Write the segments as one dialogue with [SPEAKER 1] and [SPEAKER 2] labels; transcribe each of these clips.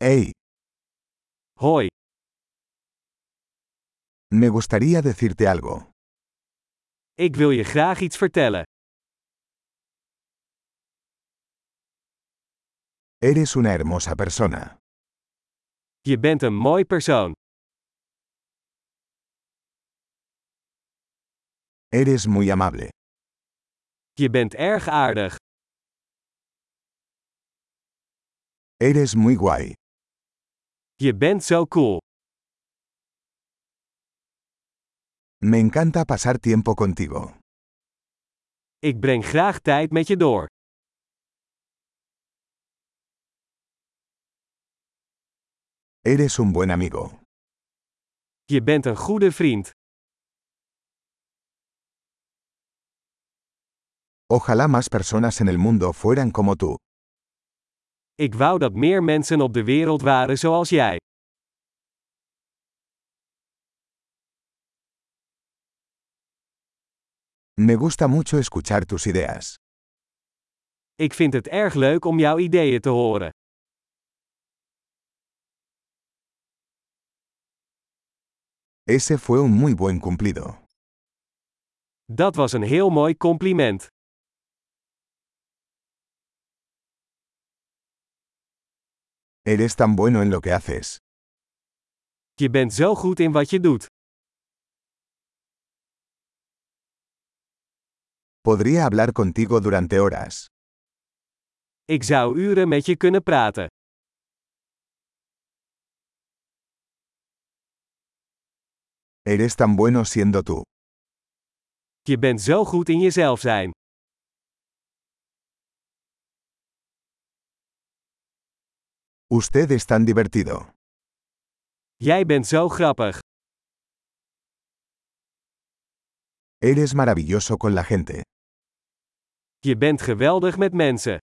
[SPEAKER 1] Hey,
[SPEAKER 2] Hoi,
[SPEAKER 1] me gustaría decirte algo.
[SPEAKER 2] ik wil je graag iets vertellen.
[SPEAKER 1] Eres una hermosa persona.
[SPEAKER 2] Je bent een mooi persoon.
[SPEAKER 1] Eres muy amable.
[SPEAKER 2] Je bent erg aardig.
[SPEAKER 1] Eres muy guay.
[SPEAKER 2] Je bent zo cool.
[SPEAKER 1] Me encanta pasar tiempo contigo.
[SPEAKER 2] Ik breng graag tijd met je door.
[SPEAKER 1] Eres un buen amigo.
[SPEAKER 2] Je bent een goede vriend.
[SPEAKER 1] Ojalá más personas en el mundo fueran como tú.
[SPEAKER 2] Ik wou dat meer mensen op de wereld waren zoals jij.
[SPEAKER 1] Me gusta mucho escuchar tus ideas.
[SPEAKER 2] Ik vind het erg leuk om jouw ideeën te horen.
[SPEAKER 1] Ese fue un muy buen cumplido.
[SPEAKER 2] Dat was een heel mooi compliment.
[SPEAKER 1] Eres tan bueno en lo que haces.
[SPEAKER 2] Je bent zo goed in wat je doet.
[SPEAKER 1] Podría hablar contigo durante horas.
[SPEAKER 2] Ik zou uren met je kunnen praten.
[SPEAKER 1] Eres tan bueno siendo tú.
[SPEAKER 2] Je bent zo goed in jezelf zijn.
[SPEAKER 1] Usted es tan divertido.
[SPEAKER 2] Jij bent zo grappig.
[SPEAKER 1] Eres maravilloso con la gente.
[SPEAKER 2] Je bent geweldig met mensen.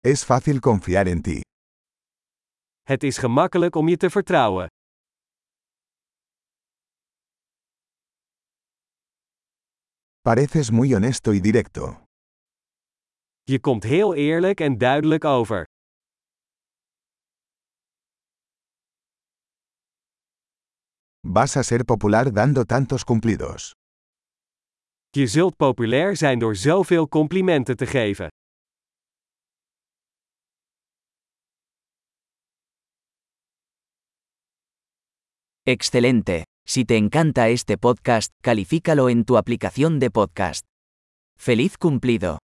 [SPEAKER 1] Es fácil confiar en ti.
[SPEAKER 2] Het is gemakkelijk om je te vertrouwen.
[SPEAKER 1] Pareces muy honesto y directo.
[SPEAKER 2] Je komt heel eerlijk en duidelijk over.
[SPEAKER 1] Vas a ser popular dando tantos cumplidos.
[SPEAKER 2] Je zult populair zijn door zoveel complimenten te geven.
[SPEAKER 3] Excelente. Si te encanta este podcast, califícalo en tu aplicación de podcast. ¡Feliz cumplido!